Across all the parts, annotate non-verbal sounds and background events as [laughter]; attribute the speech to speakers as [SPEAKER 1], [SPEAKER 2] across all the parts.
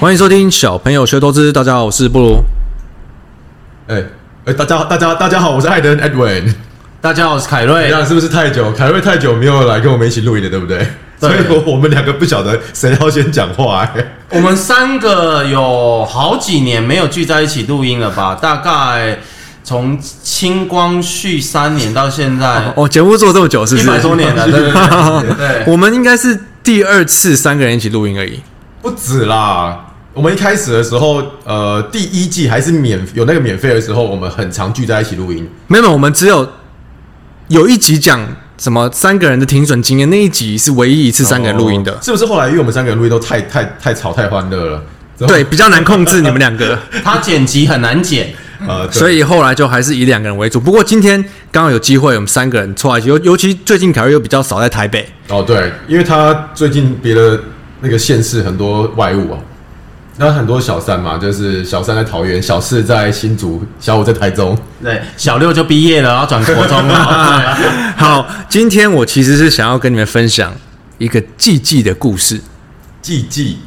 [SPEAKER 1] 欢迎收听小朋友学投资，大家好，我是布鲁，
[SPEAKER 2] 哎、哎，大家大家大家好，我是艾登 Edwin。
[SPEAKER 1] 大家好，我是凯
[SPEAKER 2] 哎
[SPEAKER 1] 瑞
[SPEAKER 2] 呀，是不是太久？凯瑞太久没有来跟我们一起录音了，对不对？所
[SPEAKER 1] 对
[SPEAKER 2] 以我我们两个不晓得谁要先讲话、哎
[SPEAKER 1] [laughs] 我们三个有好几年没有聚在一起录音了吧？大概从清光绪三年到现
[SPEAKER 3] [laughs]
[SPEAKER 1] 在，
[SPEAKER 3] 哦，节目做这么久，是不
[SPEAKER 1] 一
[SPEAKER 3] 是？
[SPEAKER 1] 百多年了，对对
[SPEAKER 3] [laughs]
[SPEAKER 1] 对对对。
[SPEAKER 3] 我们应该是第二次三个人一起录音而已。
[SPEAKER 2] 不止啦。我们一开始的时候，呃，第一季还是免有那个免费的时候，我们很常聚在一起录音。
[SPEAKER 3] 没有，没有我们只有有一集讲什么三个人的停损经验，那一集是唯一一次三个人录音的。
[SPEAKER 1] 哦
[SPEAKER 2] 是不是后来因为我们三个人录音都太太太吵太欢乐了，之后
[SPEAKER 3] 对，，比较难控制你们两
[SPEAKER 1] [laughs]
[SPEAKER 3] 个，
[SPEAKER 1] 他剪辑很难剪，
[SPEAKER 2] 呃，对
[SPEAKER 3] 所以后来就还是以两个人为主。不过今天刚好有机会，我们三个人凑在一起，尤尤其最近凯瑞又比较少在台北，
[SPEAKER 2] 哦对，因为他最近别的那个县市很多外务啊，那很多小三嘛，就是小三在桃园，小四在新竹，小五在台中。
[SPEAKER 1] 对，小六就毕业了，然后转国中了，对
[SPEAKER 3] 好，今天我其实是想要跟你们分享一个季季的故事。
[SPEAKER 2] 季季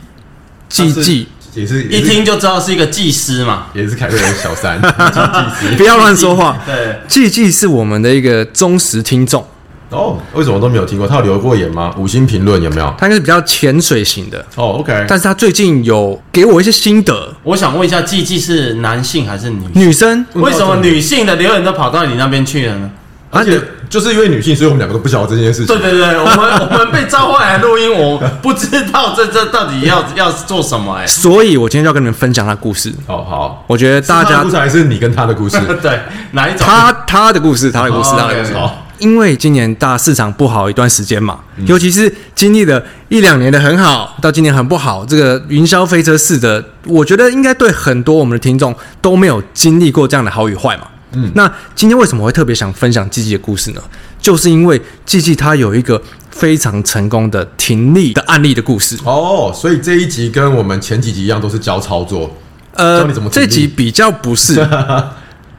[SPEAKER 3] 季季，
[SPEAKER 2] 也是
[SPEAKER 1] 一听就知道是一个技师嘛，
[SPEAKER 2] 也是凯瑞的小
[SPEAKER 3] [laughs]
[SPEAKER 2] 三，季季
[SPEAKER 3] 不要乱说话。
[SPEAKER 1] 对，
[SPEAKER 3] 季季是我们的一个忠实听众，
[SPEAKER 2] 哦，为什么都没有听过？他有留过言吗？五星评论有没有？
[SPEAKER 3] 他应该是比较潜水型的，
[SPEAKER 2] 哦，OK，
[SPEAKER 3] 但是他最近有给我一些心得。
[SPEAKER 1] 我想问一下，季季是男性还是女性？
[SPEAKER 3] 女生，
[SPEAKER 1] 为什么女性的留言都跑到你那边去了呢？
[SPEAKER 2] 而且就是因为女性，所以我们两个都不晓得这件事情。
[SPEAKER 1] 对对对，我们 [laughs] 我们被召唤来录音，我不知道这这到底要要做什么哎、
[SPEAKER 3] 所以我今天就要跟你们分享他的故事。
[SPEAKER 2] 哦好，
[SPEAKER 3] 我觉得大
[SPEAKER 2] 是他的
[SPEAKER 3] 家
[SPEAKER 2] 故事还是你跟他的
[SPEAKER 3] [laughs]
[SPEAKER 2] 故事。
[SPEAKER 1] 对，哪一种？
[SPEAKER 3] 他他的故事，他的故事，
[SPEAKER 1] 哦
[SPEAKER 3] 他的故事
[SPEAKER 1] OK，OK。
[SPEAKER 2] 好，
[SPEAKER 3] 因为今年大市场不好一段时间嘛，
[SPEAKER 2] 嗯
[SPEAKER 3] 尤其是经历了一两年的很好，到今年很不好，这个云霄飞车式的，我觉得应该对很多我们的听众都没有经历过这样的好与坏嘛。嗯，那今天为什么会特别想分享季季的故事呢？就是因为季季他有一个非常成功的停利的案例的故事。
[SPEAKER 2] 哦，所以这一集跟我们前几集一样，都是教操作。教你怎
[SPEAKER 3] 呃
[SPEAKER 2] 么停
[SPEAKER 3] 这
[SPEAKER 2] 利
[SPEAKER 3] 集比较不是，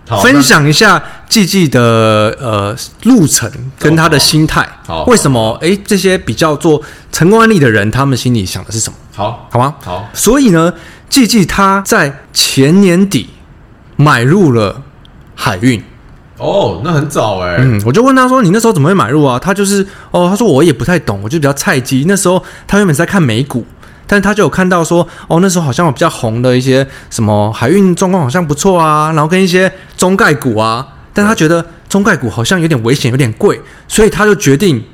[SPEAKER 2] 好，
[SPEAKER 3] 分享一下季季的呃路程跟他的心态。
[SPEAKER 2] 好好
[SPEAKER 3] 为什么？诶，这些比较做成功案例的人，他们心里想的是什么？
[SPEAKER 2] 那好，
[SPEAKER 3] 好吗？
[SPEAKER 2] 好
[SPEAKER 3] 所以呢，季季他在前年底买入了海运。
[SPEAKER 2] 哦，那很早哎、
[SPEAKER 3] 嗯，我就问他说：“你那时候怎么会买入啊？”他就是哦，他说我也不太懂，我就比较菜鸡。那时候他原本是在看美股，但是他就有看到说，哦，那时候好像有比较红的一些什么海运状况好像不错啊，然后跟一些中概股啊，但他觉得中概股好像有点危险，有点贵，所以他就决定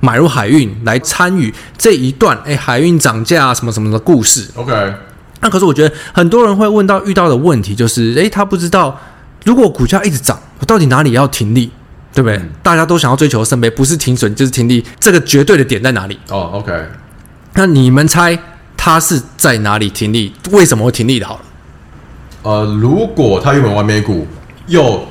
[SPEAKER 3] 买入海运来参与这一段哎海运涨价啊什么什么的故事。
[SPEAKER 2] OK，
[SPEAKER 3] 那可是我觉得很多人会问到遇到的问题就是，诶，他不知道如果股价一直涨，我到底哪里要停利，对不对？大家都想要追求圣杯，不是停损就是停利，这个绝对的点在哪里？
[SPEAKER 2] 哦，OK，
[SPEAKER 3] 那你们猜它是在哪里停利？为什么会停利的？好了，
[SPEAKER 2] 呃，如果他原本玩美股，又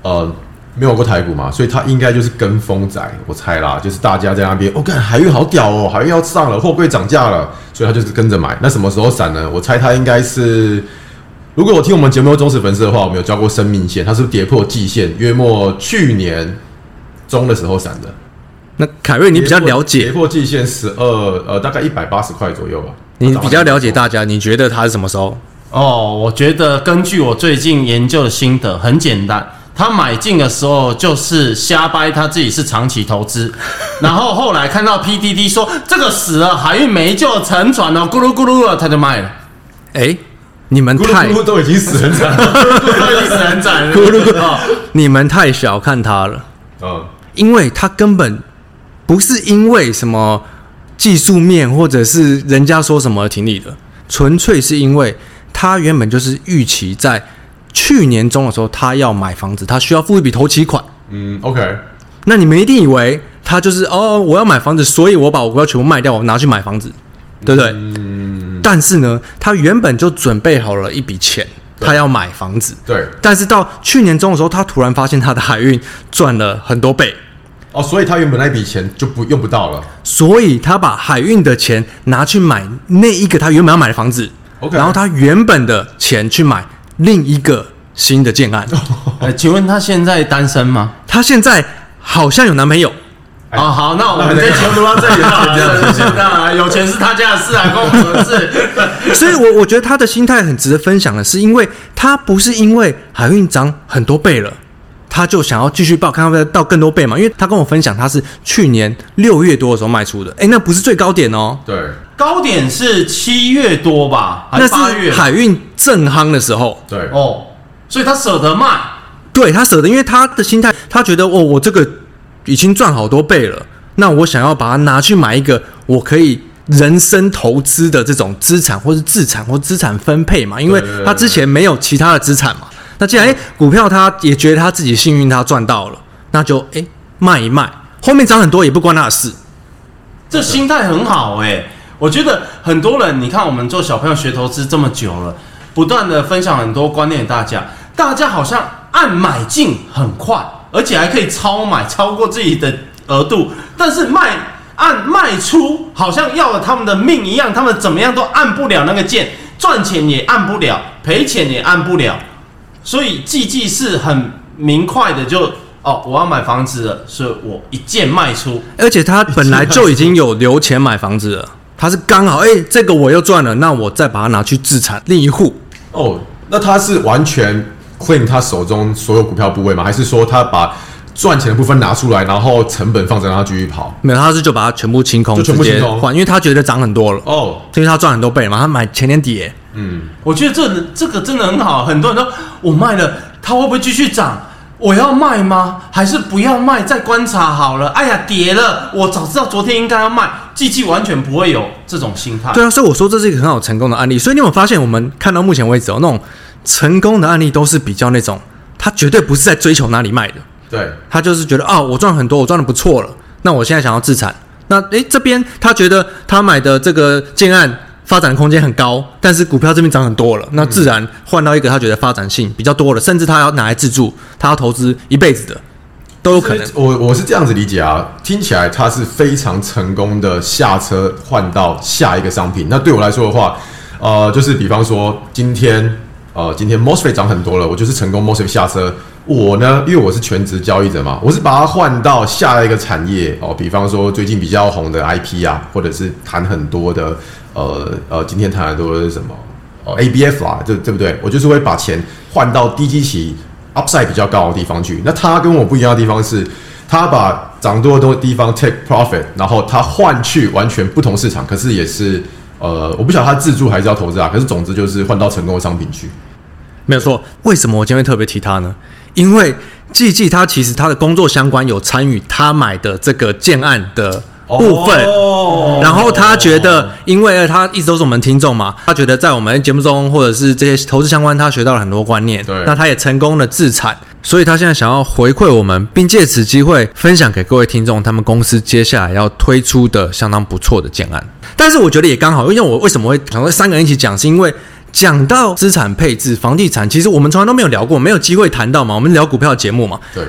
[SPEAKER 2] 呃没有过台股嘛，所以他应该就是跟风仔，我猜啦，就是大家在那边，我、哦、看海运好屌哦，海运要上了，货柜涨价了，所以他就是跟着买。那什么时候闪呢？我猜他应该是，如果我听我们节目的忠实粉丝的话，我们有教过生命线，它是不是跌破季线，约莫去年中的时候闪的。
[SPEAKER 3] 那凯瑞你比较了
[SPEAKER 2] 跌
[SPEAKER 3] 解，
[SPEAKER 2] 破季线十二，呃，大概一百八十块左右吧。
[SPEAKER 3] 你比较了解大家，你觉得它是什么时候？
[SPEAKER 1] 哦，我觉得根据我最近研究的心得，很简单。他买进的时候就是瞎掰，他自己是长期投
[SPEAKER 3] [laughs]
[SPEAKER 1] 资，然后后来看到 PDD 说这个死了，海运没救，沉船了，咕噜咕噜了，他就
[SPEAKER 3] [laughs]
[SPEAKER 1] 卖了，
[SPEAKER 3] 诶，你
[SPEAKER 2] [laughs]
[SPEAKER 3] 们
[SPEAKER 2] 咕噜
[SPEAKER 3] 太
[SPEAKER 2] 咕噜都已经死人惨了。
[SPEAKER 1] 一直很惨，咕噜咕
[SPEAKER 3] [laughs]
[SPEAKER 1] 哦噜。
[SPEAKER 3] 你们太小看它了。
[SPEAKER 2] 嗯，
[SPEAKER 3] 因为他根本不是因为什么技术面或者是人家说什么而停利的，纯粹是因为他原本就是预期在去年中的时候，他要买房子，他需要付一笔头期款。
[SPEAKER 2] 嗯，OK，
[SPEAKER 3] 那你们一定以为他就是哦，我要买房子，所以我把我股票全部卖掉，我拿去买房子，对不对？但是呢，他原本就准备好了一笔钱，他要买房子。
[SPEAKER 2] 对，
[SPEAKER 3] 但是到去年中的时候，他突然发现他的海运赚了很多倍，
[SPEAKER 2] 哦，所以他原本那笔钱就不用不到了。
[SPEAKER 3] 所以他把海运的钱拿去买那一个他原本要买的房子
[SPEAKER 2] OK
[SPEAKER 3] 然后他原本的钱去买另一个新的建
[SPEAKER 1] [laughs]
[SPEAKER 3] 案。
[SPEAKER 1] 呃，请问他现在单身吗？
[SPEAKER 3] 他现在好像有男朋友，哎
[SPEAKER 1] 啊、好，那我们这节目录到这
[SPEAKER 3] [laughs]
[SPEAKER 1] 里了，这就是这样了。有钱是他家的事啊，关我们什么事？
[SPEAKER 3] 所以我我觉得他的心态很值得分享的是，因为他不是因为海运涨很多倍了，他就想要继续报，看到到更多倍嘛。因为他跟我分享，他是去年六月多的时候卖出的，诶，那不是最高点哦，
[SPEAKER 2] 对
[SPEAKER 1] 高点是七月多吧，还
[SPEAKER 3] 那
[SPEAKER 1] 是八
[SPEAKER 3] 是
[SPEAKER 1] 月？
[SPEAKER 3] 海运正夯的时候。
[SPEAKER 2] 对，
[SPEAKER 1] 哦，所以他舍得卖，
[SPEAKER 3] 对他舍得，因为他的心态，他觉得哦，我这个已经赚好多倍了，那我想要把它拿去买一个我可以人生投资的这种资产，或是资产或资产分配嘛，因为
[SPEAKER 2] 对对对
[SPEAKER 3] 他之前没有其他的资产嘛。那既然诶股票他也觉得他自己幸运，他赚到了，那就诶卖一卖，后面涨很多也不关他的事。
[SPEAKER 1] 这心态很好哎、我觉得很多人，你看我们做小朋友学投资这么久了，不断的分享很多观念给大家，大家好像按买进很快，而且还可以超买，超过自己的额度，但是卖按卖出好像要了他们的命一样，他们怎么样都按不了那个键，赚钱也按不了，赔钱也按不了，所以季季是很明快的就。哦，我要买房子了，所以我一键卖出，
[SPEAKER 3] 而且他本来就已经有留钱买房子了，他是刚好诶这个我又赚了，那我再把它拿去自产另一户。
[SPEAKER 2] 哦，那他是完全 claim 他手中所有股票部位吗？还是说他把赚钱的部分拿出来，然后成本放着让他继续跑？
[SPEAKER 3] 没有，他是就把它全部清空，
[SPEAKER 2] 就全部
[SPEAKER 3] 直接
[SPEAKER 2] 清空
[SPEAKER 3] 换，因为他觉得涨很多了，
[SPEAKER 2] 哦，
[SPEAKER 3] 因为他赚很多倍嘛，他买前年底耶，
[SPEAKER 1] 我觉得这这个真的很好，很多人都我卖了，它会不会继续涨？我要卖吗？还是不要卖？再观察好了。哎呀，跌了，我早知道昨天应该要卖。季季完全不会有这种心态。
[SPEAKER 3] 对啊，所以我说这是一个很好成功的案例。所以你有没有发现，我们看到目前为止哦，那种成功的案例都是比较那种，他绝对不是在追求哪里卖的，
[SPEAKER 2] 对，
[SPEAKER 3] 他就是觉得啊、我赚很多，我赚的不错了，那我现在想要自产。那诶，这边他觉得他买的这个建案发展空间很高，但是股票这边涨很多了，那自然换到一个他觉得发展性比较多了，甚至他要拿来自住，他要投资一辈子的都有可能。
[SPEAKER 2] 我我是这样子理解啊，听起来他是非常成功的下车换到下一个商品。那对我来说的话，呃，就是比方说今天，呃，今天 MOSFET 涨很多了，我就是成功 MOSFET 下车。我呢，因为我是全职交易者嘛，我是把它换到下一个产业哦，比方说最近比较红的 IP 啊，或者是谈很多的，呃呃，今天谈很多的是什么？哦，ABF 啦，对对不对？我就是会把钱换到低基期 upside 比较高的地方去。那他跟我不一样的地方是，他把涨多的东地方 take profit，然后他换去完全不同市场，可是也是呃，我不晓得他自助还是要投资啊，可是总之就是换到成功的商品去。
[SPEAKER 3] 没有错。为什么我今天会特别提他呢？因为季季他其实他的工作相关有参与他买的这个建案的部分。
[SPEAKER 2] 哦
[SPEAKER 3] 然后他觉得，因为呃他一直都是我们听众嘛，他觉得在我们节目中或者是这些投资相关，他学到了很多观念。
[SPEAKER 2] 对
[SPEAKER 3] 那他也成功的自产，所以他现在想要回馈我们，并借此机会分享给各位听众，他们公司接下来要推出的相当不错的建案。但是我觉得也刚好，因为我为什么会想说三个人一起讲，是因为。讲到资产配置、房地产，其实我们从来都没有聊过，没有机会谈到嘛。我们聊股票的节目嘛，
[SPEAKER 2] 对，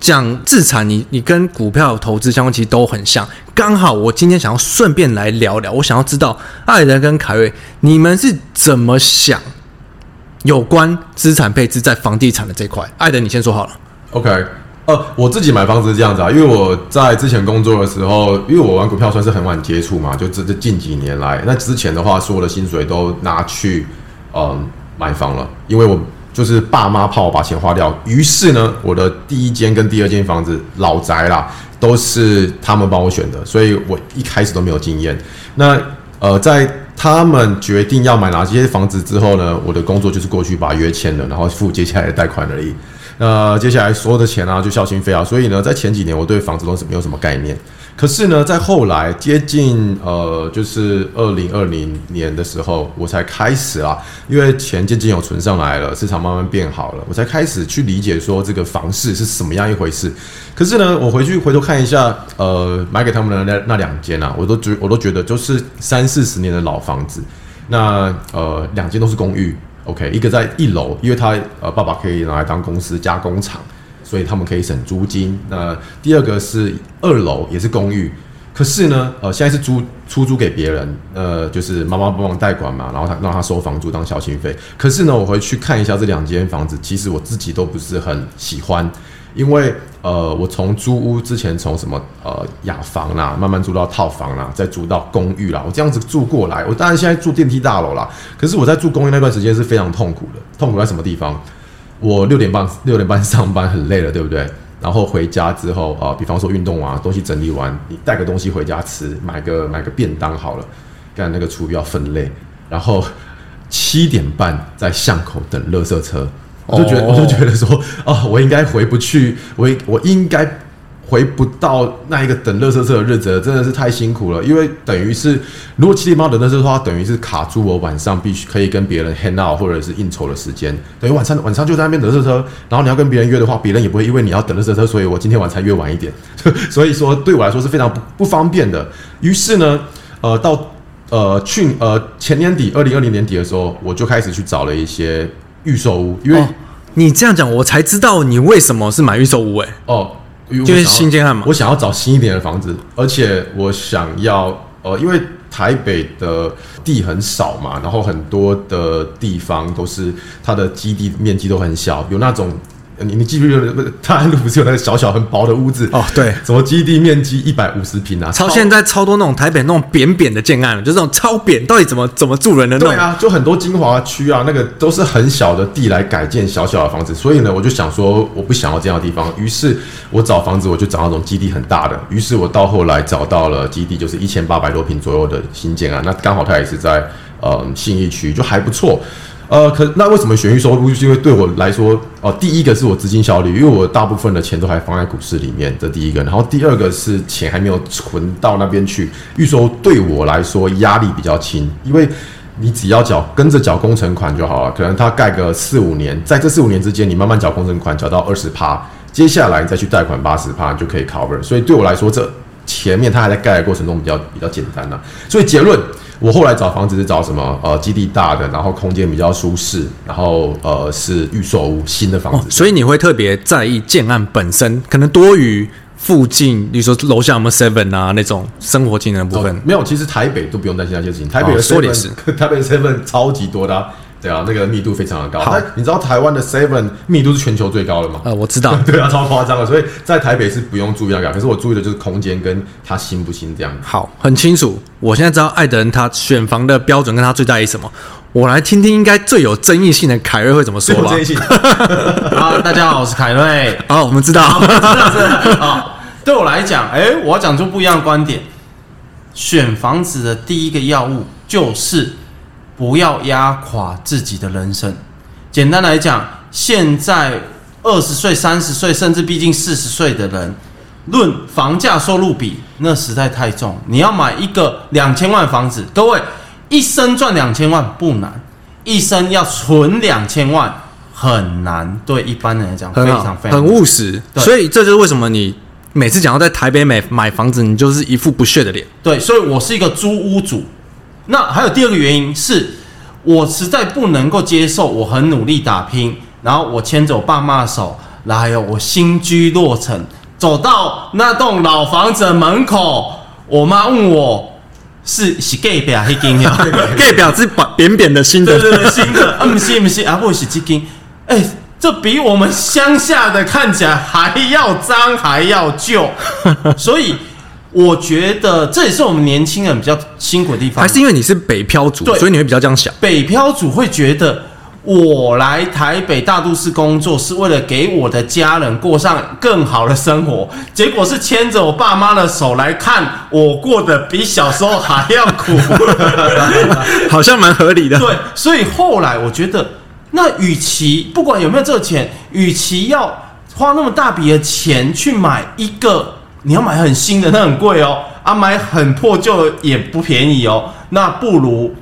[SPEAKER 3] 讲自产你，你跟股票投资相关其实都很像。刚好我今天想要顺便来聊聊，我想要知道艾德跟凯瑞你们是怎么想有关资产配置在房地产的这块。艾德，你先说好了。
[SPEAKER 2] OK，呃，我自己买房子是这样子啊，因为我在之前工作的时候，因为我玩股票算是很晚接触嘛，就这这近几年来，那之前的话，所有的薪水都拿去嗯买房了，因为我就是爸妈怕我把钱花掉，于是呢，我的第一间跟第二间房子老宅啦，都是他们帮我选的，所以我一开始都没有经验。那呃，在他们决定要买哪些房子之后呢，我的工作就是过去把约签了，然后付接下来的贷款而已。那呃接下来所有的钱啊，就孝心费啊。所以呢，在前几年我对房子都是没有什么概念。可是呢，在后来接近呃，就是二零二零年的时候，我才开始啦，因为钱渐渐有存上来了，市场慢慢变好了，我才开始去理解说这个房市是什么样一回事。可是呢，我回去回头看一下，呃，买给他们的那那两间啊，我都觉我都觉得就是三四十年的老房子，那呃，两间都是公寓，OK，一个在一楼，因为他呃爸爸可以拿来当公司加工厂，所以他们可以省租金。那第二个是二楼，也是公寓，可是呢，呃，现在是租出租给别人，呃，就是妈妈帮忙代管嘛，然后他让他收房租当小心费。可是呢，我回去看一下这两间房子，其实我自己都不是很喜欢，因为呃，我从租屋之前从什么呃雅房啦，慢慢租到套房啦，再租到公寓啦，我这样子住过来，我当然现在住电梯大楼啦，可是我在住公寓那段时间是非常痛苦的，痛苦在什么地方？我六点半六点半上班很累了，对不对？然后回家之后啊、呃比方说运动啊，东西整理完，你带个东西回家吃，买个买个便当好了，干那个厨余要分类，然后七点半在巷口等垃圾车，我就觉得、
[SPEAKER 1] 哦
[SPEAKER 2] 我就觉得说啊、我应该回不去，我应我应该回不到那一个等垃圾车的日子了，真的是太辛苦了。因为等于是，如果七点半等垃圾车的话，等于是卡住我晚上必须可以跟别人 hang out 或者是应酬的时间。等于晚上晚上就在那边等垃圾车，然后你要跟别人约的话，别人也不会因为你要等垃圾车，所以我今天晚餐约晚一点。所以说对我来说是非常不不方便的。于是呢，呃，到呃去呃前年底，二零二零年底的时候，我就开始去找了一些预售屋，因为
[SPEAKER 3] 哦，你这样讲，我才知道你为什么是买预售屋哎、
[SPEAKER 2] 哦，因为我
[SPEAKER 3] 就是
[SPEAKER 2] 想要
[SPEAKER 3] 新建案嘛
[SPEAKER 2] 我想要找新一点的房子，而且我想要呃，因为台北的地很少嘛，然后很多的地方都是它的基地面积都很小，有那种。呃你你记不记得不是大安路不是有那个小小很薄的屋子
[SPEAKER 3] 哦对
[SPEAKER 2] 什么基地面积一百五十平啊，
[SPEAKER 3] 超
[SPEAKER 2] 超
[SPEAKER 3] 现在超多那种台北那种扁扁的建案了，就这种超扁，到底怎么怎么住人的那种？
[SPEAKER 2] 对啊，就很多精华区啊，那个都是很小的地来改建小小的房子，所以呢，我就想说我不想要这样的地方，于是我找房子我就找那种基地很大的，于是我到后来找到了基地就是一千八百多平左右的新建啊，那刚好它也是在呃信义区，就还不错。呃，可那为什么选预收入？就是因为对我来说，哦、第一个是我资金效率，因为我大部分的钱都还放在股市里面，这第一个。然后第二个是钱还没有存到那边去，预收对我来说压力比较轻，因为你只要缴跟着缴工程款就好了，可能他盖个四五年，在这四五年之间，你慢慢缴工程款，缴到二十趴，接下来你再去贷款八十趴，你就可以 cover。所以对我来说，这前面他还在盖的过程中比较比较简单啦、所以结论，我后来找房子是找什么？呃，基地大的，然后空间比较舒适，然后呃是预售屋新的房子。
[SPEAKER 3] 所以你会特别在意建案本身，可能多于附近，比如说楼下有没有 Seven 啊那种生活技能的部分
[SPEAKER 2] 哦。没有，其实台北都不用担心那些事情。台北
[SPEAKER 3] 哦
[SPEAKER 2] 的 seven，、
[SPEAKER 3] 说得也是
[SPEAKER 2] [laughs] 台北的 seven 超级多的啊、对啊，那个密度非常的高。
[SPEAKER 3] 好
[SPEAKER 2] 但你知道台湾的 seven 密度是全球最高的吗？，
[SPEAKER 1] 哦
[SPEAKER 3] 呃，我知道
[SPEAKER 2] [laughs] 对啊，超夸张的，所以在台北是不用注意那个，可是我注意的就是空间跟它新不新这样。
[SPEAKER 3] [laughs] 好，很清楚。我现在知道艾德恩他选房的标准跟他最在意什么。我来听听应该最有争议性的凯瑞会怎么说
[SPEAKER 2] 最后
[SPEAKER 3] 吧
[SPEAKER 2] 这。一 [laughs] 期，
[SPEAKER 1] 啊，大家好，我是凯瑞。
[SPEAKER 3] 好，哦我们知道。 [laughs]
[SPEAKER 1] 啊，对我来讲，哎、我要讲出不一样的观点。选房子的第一个要务就是不要压垮自己的人生。简单来讲，现在二十岁、三十岁，甚至毕竟四十岁的人，论房价收入比，那实在太重。你要买一个两千万房子，各位一生赚两千万不难，一生要存两千万很难。对一般人来 [laughs] 讲，非
[SPEAKER 3] 很
[SPEAKER 1] 常
[SPEAKER 3] 好，
[SPEAKER 1] 非常
[SPEAKER 3] 很
[SPEAKER 1] 难
[SPEAKER 3] 务实。
[SPEAKER 1] 对
[SPEAKER 3] 所以这就是为什么你每次讲要在台北买买房子，你就是一副不屑
[SPEAKER 1] [laughs]
[SPEAKER 3] 的脸。
[SPEAKER 1] 对，所以我是一个租屋主。那还有第二个原因是，我实在不能够接受，我很努力打拼，然后我牵着我爸妈的手，来哦，我新居落成，走到那栋老房子的门口，我妈问我是是 gay 表还是 gay 表？
[SPEAKER 3] gay 表是扁扁扁的新
[SPEAKER 1] 对
[SPEAKER 3] 的，
[SPEAKER 1] 对
[SPEAKER 3] [laughs]
[SPEAKER 1] 对，新的啊，不是不是啊，不是基金，哎、这比我们乡下的看起来还要脏，还要旧，所以我觉得这也是我们年轻人比较辛苦的地方。
[SPEAKER 3] 还是因为你是北漂族，
[SPEAKER 1] 对
[SPEAKER 3] 所以你会比较这样想。
[SPEAKER 1] 北漂族会觉得，我来台北大都市工作是为了给我的家人过上更好的生活，结果是牵着我爸妈的手来看我过得比小时候还要苦。
[SPEAKER 3] 好像蛮合理的。 [laughs]
[SPEAKER 1] 对，所以后来我觉得那与其不管有没有这个钱，与其要花那么大笔的钱去买一个，你要买很新的，那很贵哦，啊，买很破旧的也不便宜哦，那不如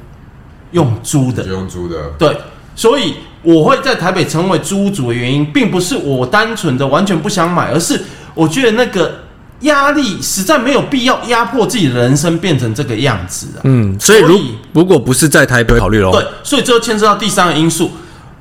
[SPEAKER 1] 用租的
[SPEAKER 2] 就。用租的，
[SPEAKER 1] 对，所以我会在台北成为租屋主的原因，并不是我单纯的完全不想买，而是我觉得那个压力实在没有必要压迫自己的人生变成这个样子啊。
[SPEAKER 3] 嗯，所以
[SPEAKER 1] 所
[SPEAKER 3] 如
[SPEAKER 1] 以
[SPEAKER 3] 如果不是在台北考虑喽，
[SPEAKER 1] 对，所以这就牵涉到第三个因素，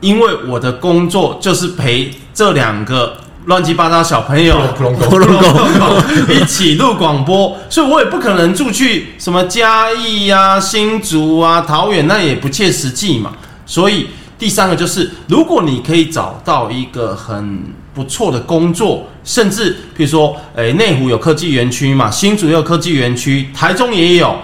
[SPEAKER 1] 因为我的工作就是陪这两个乱七八糟小朋友。
[SPEAKER 2] 窟窿
[SPEAKER 3] 窟
[SPEAKER 2] 沟
[SPEAKER 3] 窿沟
[SPEAKER 1] [laughs] 一起录广播，所以我也不可能住去什么嘉义啊、新竹啊、桃园，那也不切实际嘛。所以第三个就是，如果你可以找到一个很不错的工作，甚至比如说，诶、内湖有科技园区嘛，新竹也有科技园区，台中也有。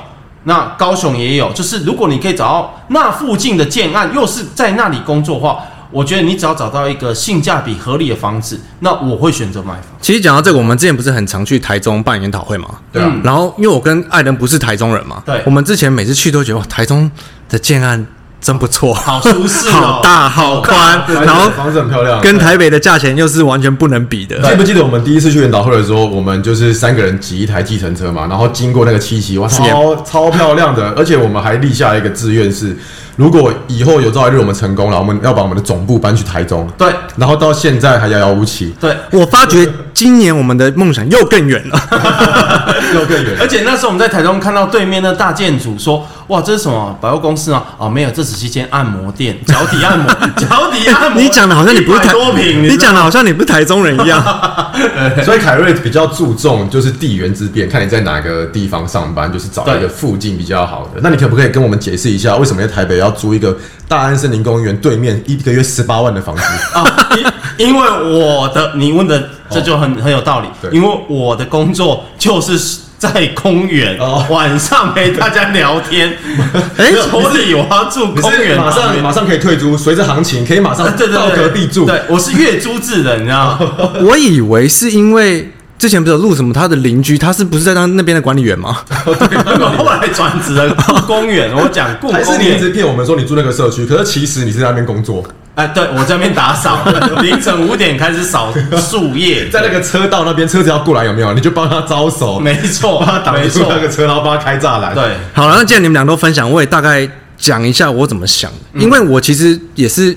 [SPEAKER 1] 那高雄也有，就是如果你可以找到那附近的建案，又是在那里工作的话，我觉得你只要找到一个性价比合理的房子，那我会选择买房。
[SPEAKER 3] 其实讲到这个，我们之前不是很常去台中办研讨会嘛？
[SPEAKER 2] 对啊，
[SPEAKER 3] 然后因为我跟爱人不是台中人嘛，
[SPEAKER 1] 对
[SPEAKER 3] 我们之前每次去都觉得哇，台中的建案真不错，
[SPEAKER 1] 好舒适哦
[SPEAKER 3] 好大，好宽，
[SPEAKER 2] 对啊
[SPEAKER 3] 然后
[SPEAKER 2] 房子很漂亮，啊
[SPEAKER 3] 跟台北的价钱又是完全不能比的。
[SPEAKER 2] 记不记得我们第一次去研讨会的时候，我们就是三个人挤一台计程车嘛，然后经过那个七夕，哇，
[SPEAKER 3] 年
[SPEAKER 2] 超超漂亮的， [laughs] 而且我们还立下一个志愿是，如果以后有朝一日我们成功了，我们要把我们的总部搬去台中，
[SPEAKER 1] 对
[SPEAKER 2] 然后到现在还遥遥无期，
[SPEAKER 1] 对，
[SPEAKER 3] 我发觉今年我们的梦想又更远
[SPEAKER 1] [laughs]
[SPEAKER 3] 了。
[SPEAKER 2] 又更远
[SPEAKER 1] 而。且那时候我们在台中看到对面那大建筑，说哇，这是什么百货公司吗？哦，没有，这只是一间按摩店，脚底按摩，脚底按
[SPEAKER 3] [laughs]
[SPEAKER 1] 摩。
[SPEAKER 3] 你讲的好像你不是
[SPEAKER 1] 100
[SPEAKER 3] 台
[SPEAKER 1] 多平，
[SPEAKER 3] 你
[SPEAKER 1] 知道
[SPEAKER 3] 讲的好像你不是台中人一
[SPEAKER 1] [laughs]
[SPEAKER 3] 样。
[SPEAKER 2] 所以凯瑞比较注重就是地缘之变，看你在哪个地方上班，就是找一
[SPEAKER 1] 对
[SPEAKER 2] 个附近比较好的。那你可不可以跟我们解释一下，为什么在台北要租一个大安森林公园对面一个月十八万的房子？
[SPEAKER 1] [laughs] 啊，因因为我的你问的这就很、很有道理
[SPEAKER 2] 对，
[SPEAKER 1] 因为我的工作就是在公园、
[SPEAKER 2] 哦
[SPEAKER 1] 晚上陪大家聊天，
[SPEAKER 3] 哎
[SPEAKER 1] 所以我要住
[SPEAKER 2] 你
[SPEAKER 1] 公园
[SPEAKER 2] 是马
[SPEAKER 1] 旁
[SPEAKER 2] 上
[SPEAKER 1] 边啊
[SPEAKER 2] 马上可以退租，随着行情可以马上
[SPEAKER 1] [laughs] 对对
[SPEAKER 2] 到
[SPEAKER 1] 对，
[SPEAKER 2] 隔壁住。
[SPEAKER 1] 对，我是月租制的，你知道吗？
[SPEAKER 3] 我以为是因为之前不是有录什么他的邻居，他是不是在当那边的管理员吗？
[SPEAKER 1] [laughs] 我后来转职了故公园，我讲故
[SPEAKER 2] 还是
[SPEAKER 1] 公
[SPEAKER 2] 你一
[SPEAKER 1] 园
[SPEAKER 2] 直，骗我们说你住那个社区，可是其实你是在那边工作，
[SPEAKER 1] 哎，对我这边打
[SPEAKER 2] [laughs]
[SPEAKER 1] 扫，凌晨五点开始扫树叶，
[SPEAKER 2] 在那个车道那边，车子要过来有没有？你就帮他招手，
[SPEAKER 1] 没错，没
[SPEAKER 2] 挡住
[SPEAKER 1] 错，
[SPEAKER 2] 那个车，然后帮他开栅栏。
[SPEAKER 1] 对，
[SPEAKER 3] 好了，那既然你们俩都分享，我也大概讲一下我怎么想的，
[SPEAKER 1] 嗯
[SPEAKER 3] 因为我其实也是，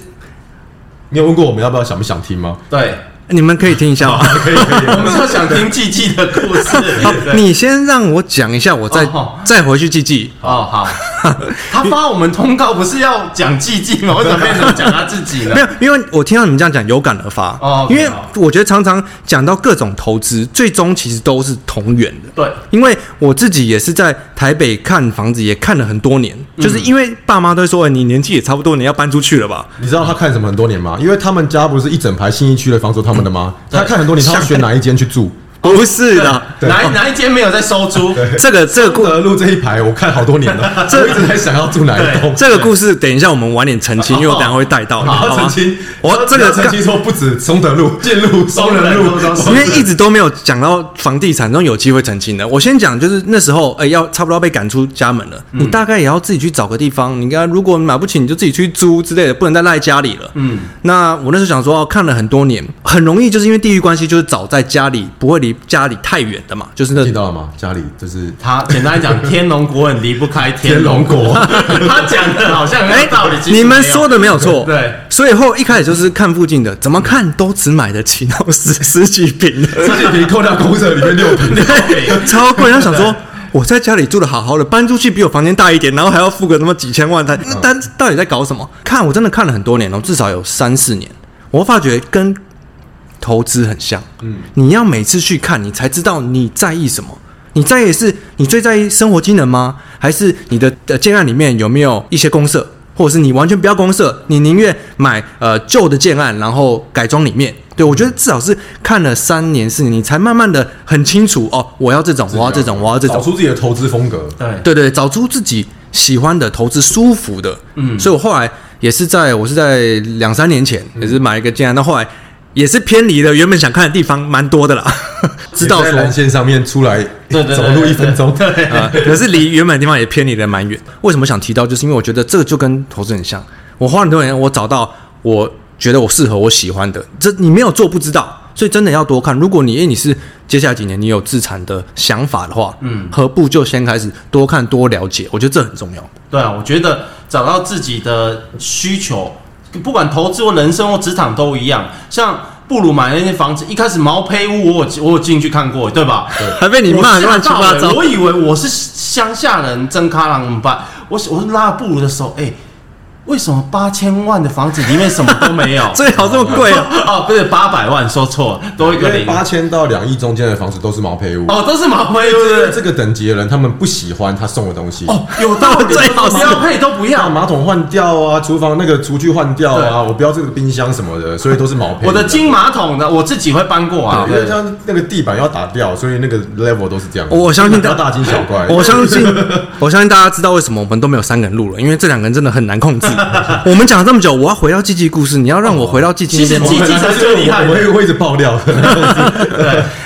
[SPEAKER 2] 你有问过我们要不要想不想听吗？
[SPEAKER 1] 对。
[SPEAKER 3] 你们可以听一下吗？
[SPEAKER 2] 可以可以。
[SPEAKER 1] [laughs] 我们说想听季季的故事，
[SPEAKER 2] [laughs]
[SPEAKER 1] 对
[SPEAKER 3] 你先让我讲一下，我再、
[SPEAKER 1] 哦
[SPEAKER 3] 再回去记记。
[SPEAKER 1] 哦，好，他发我们通告不是要讲季季吗？为什么变成讲他自己
[SPEAKER 2] [laughs]
[SPEAKER 1] 呢
[SPEAKER 3] 没？有，因为我听到你们这样讲，有感而发。
[SPEAKER 1] 啊哦，OK，
[SPEAKER 3] 因为
[SPEAKER 1] 好
[SPEAKER 3] 我觉得常常讲到各种投资，最终其实都是同源的。
[SPEAKER 1] 对，
[SPEAKER 3] 因为我自己也是在台北看房子，也看了很多年，
[SPEAKER 1] 嗯
[SPEAKER 3] 就是因为爸妈都会说、哎你年纪也差不多，你要搬出去了吧？
[SPEAKER 2] 你知道他看什么很多年吗？因为他们家不是一整排新一区的房子都他们的吗？
[SPEAKER 1] 对
[SPEAKER 2] 他看很多年，他要选哪一间去住？
[SPEAKER 1] 哦
[SPEAKER 3] 不是的，
[SPEAKER 1] 哪一哪一间没有在收租？
[SPEAKER 3] 这个这个故
[SPEAKER 2] 德路这一排我看好多
[SPEAKER 3] [laughs]
[SPEAKER 2] 年了，我一直在想要住哪一栋。
[SPEAKER 3] 这个故事，等一下我们晚点澄清，因为我等一下会带到。
[SPEAKER 2] 他
[SPEAKER 3] 好吗啊
[SPEAKER 2] 哦澄清，
[SPEAKER 3] 我这个
[SPEAKER 2] 他澄清说不止松德路、建路、双人路， [laughs]
[SPEAKER 3] 因为一直都没有讲到房地产，中有机会澄清的。我先讲，就是那时候，哎、要差不多要被赶出家门了，你大概也要自己去找个地方。你应该如果买不起，你就自己去租之类的，不能再赖家里了。嗯，那我那时候想说，哦，看了很多年，很容易就是因为地域关系，就是找在家里不会离家里太远的嘛，就是那
[SPEAKER 2] 听到了吗？家里就是
[SPEAKER 1] 他简单讲，天龙国很离不开天龙国。 [laughs] 他讲的好像很有道理，其实
[SPEAKER 3] 哎你们
[SPEAKER 1] 没有
[SPEAKER 3] 说的没有错，
[SPEAKER 1] 对。
[SPEAKER 3] 所以后一开始就是看附近的，怎么看都只买得起那种十十几平的，
[SPEAKER 2] 这几平扣掉公社里面六平，
[SPEAKER 3] [laughs] 超贵。然后想说，我在家里住的好好的，搬出去比我房间大一点，然后还要付个那么几千万，他那单到底在搞什么？看我真的看了很多年了，哦至少有三四年，我发觉跟投资很像。嗯，你要每次去看，你才知道你在意什么。你在意的是你最在意生活机能吗？还是你的呃建案里面有没有一些公社，或者是你完全不要公社，你宁愿买呃旧的建案，然后改装里面？对我觉得至少是看了三年四年，你才慢慢的很清楚哦，我要这种， [laughs] 我要这
[SPEAKER 2] 啊
[SPEAKER 3] 种，我要这种
[SPEAKER 2] 找，出自己的投资风格。
[SPEAKER 3] 对
[SPEAKER 1] 对
[SPEAKER 3] 对，找出自己喜欢的投资舒服的。嗯，所以我后来也是在我是在两三年前
[SPEAKER 2] 嗯
[SPEAKER 3] 也是买一个建案，那、后来也是偏离了原本想看的地方蛮多的啦， [laughs] 知道
[SPEAKER 2] 在
[SPEAKER 3] 说
[SPEAKER 2] 蓝线上面出来，
[SPEAKER 1] 对对对
[SPEAKER 2] 走路一分钟。
[SPEAKER 1] 对
[SPEAKER 3] 啊，可是离原本的地方也偏离的蛮远。为什么想提到？就是因为我觉得这个就跟投资很像。我花了很多年，我找到我觉得我适合我喜欢的，这你没有做不知道，所以真的要多看。如果你因为你是接下来几年你有自产的想法的话，嗯，何不就先开始多看多了解？我觉得这很重要。
[SPEAKER 1] 对啊，我觉得找到自己的需求，不管投资或人生或职场都一样。像布鲁买那些房子，一开始毛坯屋，我有我有进去看过，对吧？
[SPEAKER 3] 还被你
[SPEAKER 1] 我
[SPEAKER 3] 骂
[SPEAKER 1] 吓
[SPEAKER 3] 乱七
[SPEAKER 1] 到
[SPEAKER 3] 八
[SPEAKER 1] 了
[SPEAKER 3] 糟
[SPEAKER 1] 我以为我是乡下人，真卡郎怎么办？我我拉布鲁的手，哎、为什么八千万的房子里面什么都没
[SPEAKER 3] [laughs]
[SPEAKER 1] 有？
[SPEAKER 3] 最好这么贵 [laughs] 啊！
[SPEAKER 1] 哦，不是八百万，说错了，多一
[SPEAKER 2] 因
[SPEAKER 1] 个
[SPEAKER 2] 为
[SPEAKER 1] 零。
[SPEAKER 2] 八千到两亿中间的房子都是毛坯屋，
[SPEAKER 1] 哦，都是毛坯屋，
[SPEAKER 2] 因
[SPEAKER 1] 对
[SPEAKER 2] 为
[SPEAKER 1] 不对？
[SPEAKER 2] 这个等级的人，他们不喜欢他送的东西。
[SPEAKER 1] 哦，有道理，
[SPEAKER 3] 最好是
[SPEAKER 1] 标配都不
[SPEAKER 2] 把 [laughs]
[SPEAKER 1] 要。
[SPEAKER 2] 马桶换掉啊，厨房那个厨具换掉
[SPEAKER 1] 对
[SPEAKER 2] 啊，我不要这个冰箱什么的，所以都是毛坯。
[SPEAKER 1] 我的金马桶呢，我自己会搬过啊。
[SPEAKER 2] 因为它那个地板要打掉，所以那个 level 都是这样。
[SPEAKER 3] 我相信
[SPEAKER 2] 不
[SPEAKER 3] 大
[SPEAKER 2] 要大惊小
[SPEAKER 3] [laughs]
[SPEAKER 2] 怪。
[SPEAKER 3] 我相
[SPEAKER 2] [laughs]
[SPEAKER 3] 信，我相信大家知道为什么我们都没有三个人录了，因为这两个人真的很难
[SPEAKER 1] [laughs]
[SPEAKER 3] 控制。我们讲了这么久，我要回到季季故事，你要让我回到季季
[SPEAKER 1] 其实 [laughs]
[SPEAKER 3] 那边
[SPEAKER 1] 季季才是最厉害的
[SPEAKER 2] 我会会一直爆料的。